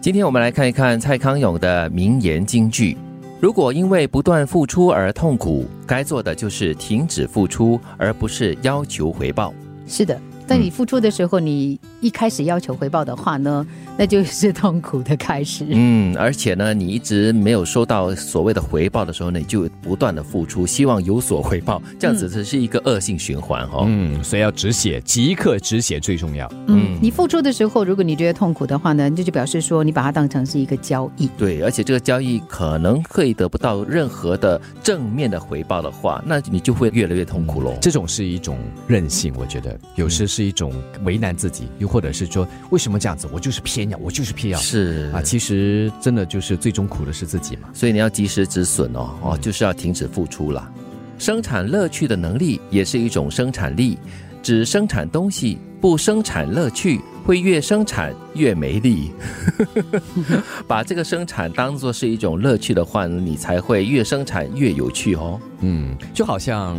今天我们来看一看蔡康永的名言金句：如果因为不断付出而痛苦，该做的就是停止付出，而不是要求回报。是的，在你付出的时候，你一开始要求回报的话呢， 那就是痛苦的开始。嗯，而且呢，你一直没有收到所谓的回报的时候呢，你就不断的付出，希望有所回报，这样子只是一个恶性循环哦。嗯，所以要止血，即刻止血最重要。嗯，你付出的时候，如果你觉得痛苦的话呢，这就表示说你把它当成是一个交易。对，而且这个交易可能会得不到任何的正面的回报的话，那你就会越来越痛苦嗯喽。嗯这种是一种任性，我觉得有时是一种为难自己，又或者是说为什么这样子，我就是偏要，我就是偏要是啊。其实真的就是最终苦的是自己嘛。所以你要及时止损哦，哦，嗯就是要停止付出了。生产乐趣的能力也是一种生产力，只生产东西不生产乐趣，会越生产越没力。 把这个生产当做是一种乐趣的话，你才会越生产越有趣哦。嗯，就好像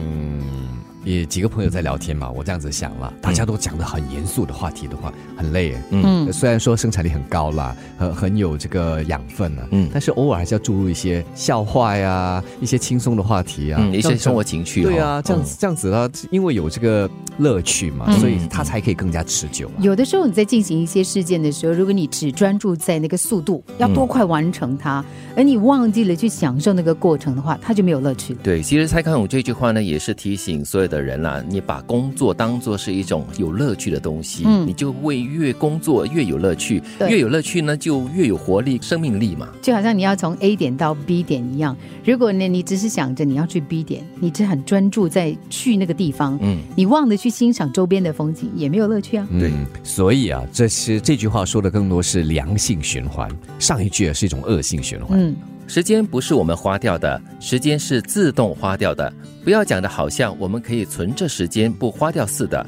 也几个朋友在聊天嘛，我这样子想嗯了，大家都讲的很严肃的话题的话，很累。嗯呃，虽然说生产力很高啦，很很有这个养分啊，嗯但是偶尔还是要注入一些笑话呀，一些轻松的话题啊，嗯，一这些样子生活情趣、哦。对啊，这样子、这样子啊，因为有这个乐趣嘛，嗯所以它才可以更加持久、啊。有的时候你在进行一些事件的时候，如果你只专注在那个速度，要多快完成它，而你忘记了去享受那个过程的话，它就没有乐趣了。对，其实蔡康永这句话呢，也是提醒所有的人啦，你把工作当做是一种有乐趣的东西，嗯你就会越工作越有乐趣，对越有乐趣呢，就越有活力、生命力嘛。就好像你要从 A 点到 B 点一样，如果呢你只是想着你要去 B 点，你只很专注在去那个地方，嗯，你忘了去欣赏周边的风景，也没有乐趣啊。对嗯，所以啊，这是这句话说的更多是良性循环，上一句也是一种恶性循环。嗯，时间不是我们花掉的，时间是自动花掉的。不要讲的好像我们可以存着时间不花掉似的，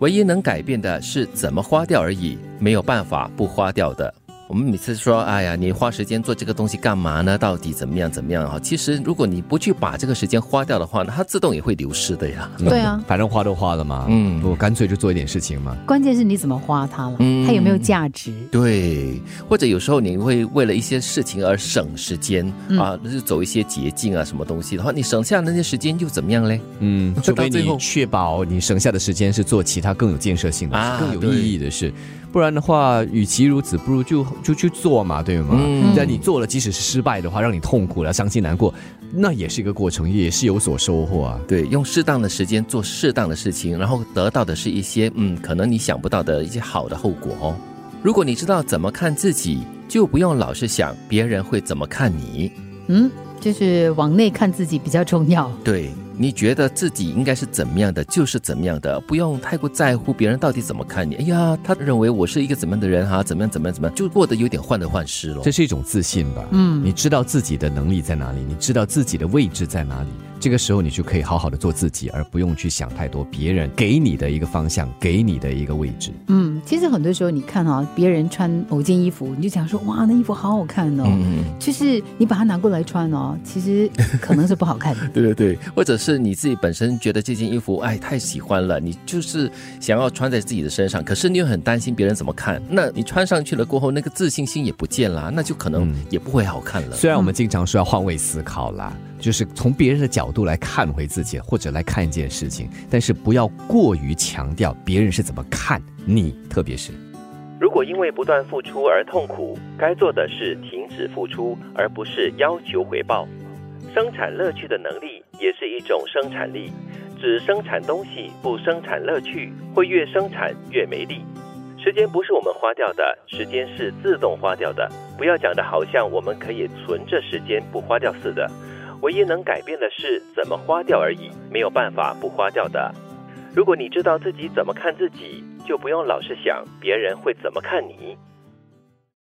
唯一能改变的是怎么花掉而已，没有办法不花掉的。我们每次说，哎呀，你花时间做这个东西干嘛呢？到底怎么样怎么样啊？其实如果你不去把这个时间花掉的话，它自动也会流失的呀。对啊，嗯反正花都花了嘛，嗯我干脆就做一点事情嘛。关键是你怎么花它了，嗯它有没有价值？对，或者有时候你会为了一些事情而省时间、嗯啊，就是走一些捷径啊，什么东西的话，你省下那些时间又怎么样嘞？嗯，除非到最你后确保你省下的时间是做其他更有建设性的、啊事，更有意义的事，不然的话，与其如此，不如就就去做嘛，对吗？嗯但你做了，即使是失败的话，让你痛苦了、伤心难过，那也是一个过程，也是有所收获啊。对，用适当的时间做适当的事情，然后得到的是一些嗯，可能你想不到的一些好的后果哦。如果你知道怎么看自己，就不用老是想别人会怎么看你。嗯，就是往内看自己比较重要。对，你觉得自己应该是怎么样的，就是怎么样的，不用太过在乎别人到底怎么看你。哎呀，他认为我是一个怎么样的人哈、怎么样怎么样怎么样，就过得有点患得患失了这。是一种自信吧？嗯你知道自己的能力在哪里，你知道自己的位置在哪里，这个时候你就可以好好的做自己，而不用去想太多别人给你的一个方向，给你的一个位置。嗯，其实很多时候你看啊，别人穿某件衣服，你就想说哇，那衣服好好看哦。嗯，。就是你把它拿过来穿哦，其实可能是不好看的 对对对，或者是你自己本身觉得这件衣服哎太喜欢了，你就是想要穿在自己的身上，可是你又很担心别人怎么看，那你穿上去了过后，那个自信心也不见了，那就可能也不会好看了。虽然我们经常说要换位思考啦，就是从别人的角度来看回自己，或者来看一件事情，但是不要过于强调别人是怎么看你，特别是。如果因为不断付出而痛苦，该做的是停止付出，而不是要求回报。生产乐趣的能力也是一种生产力，只生产东西不生产乐趣，会越生产越没力。时间不是我们花掉的，时间是自动花掉的。不要讲的好像我们可以存着时间不花掉似的，唯一能改变的是怎么花掉而已，没有办法不花掉的。如果你知道自己怎么看自己，就不用老是想别人会怎么看你。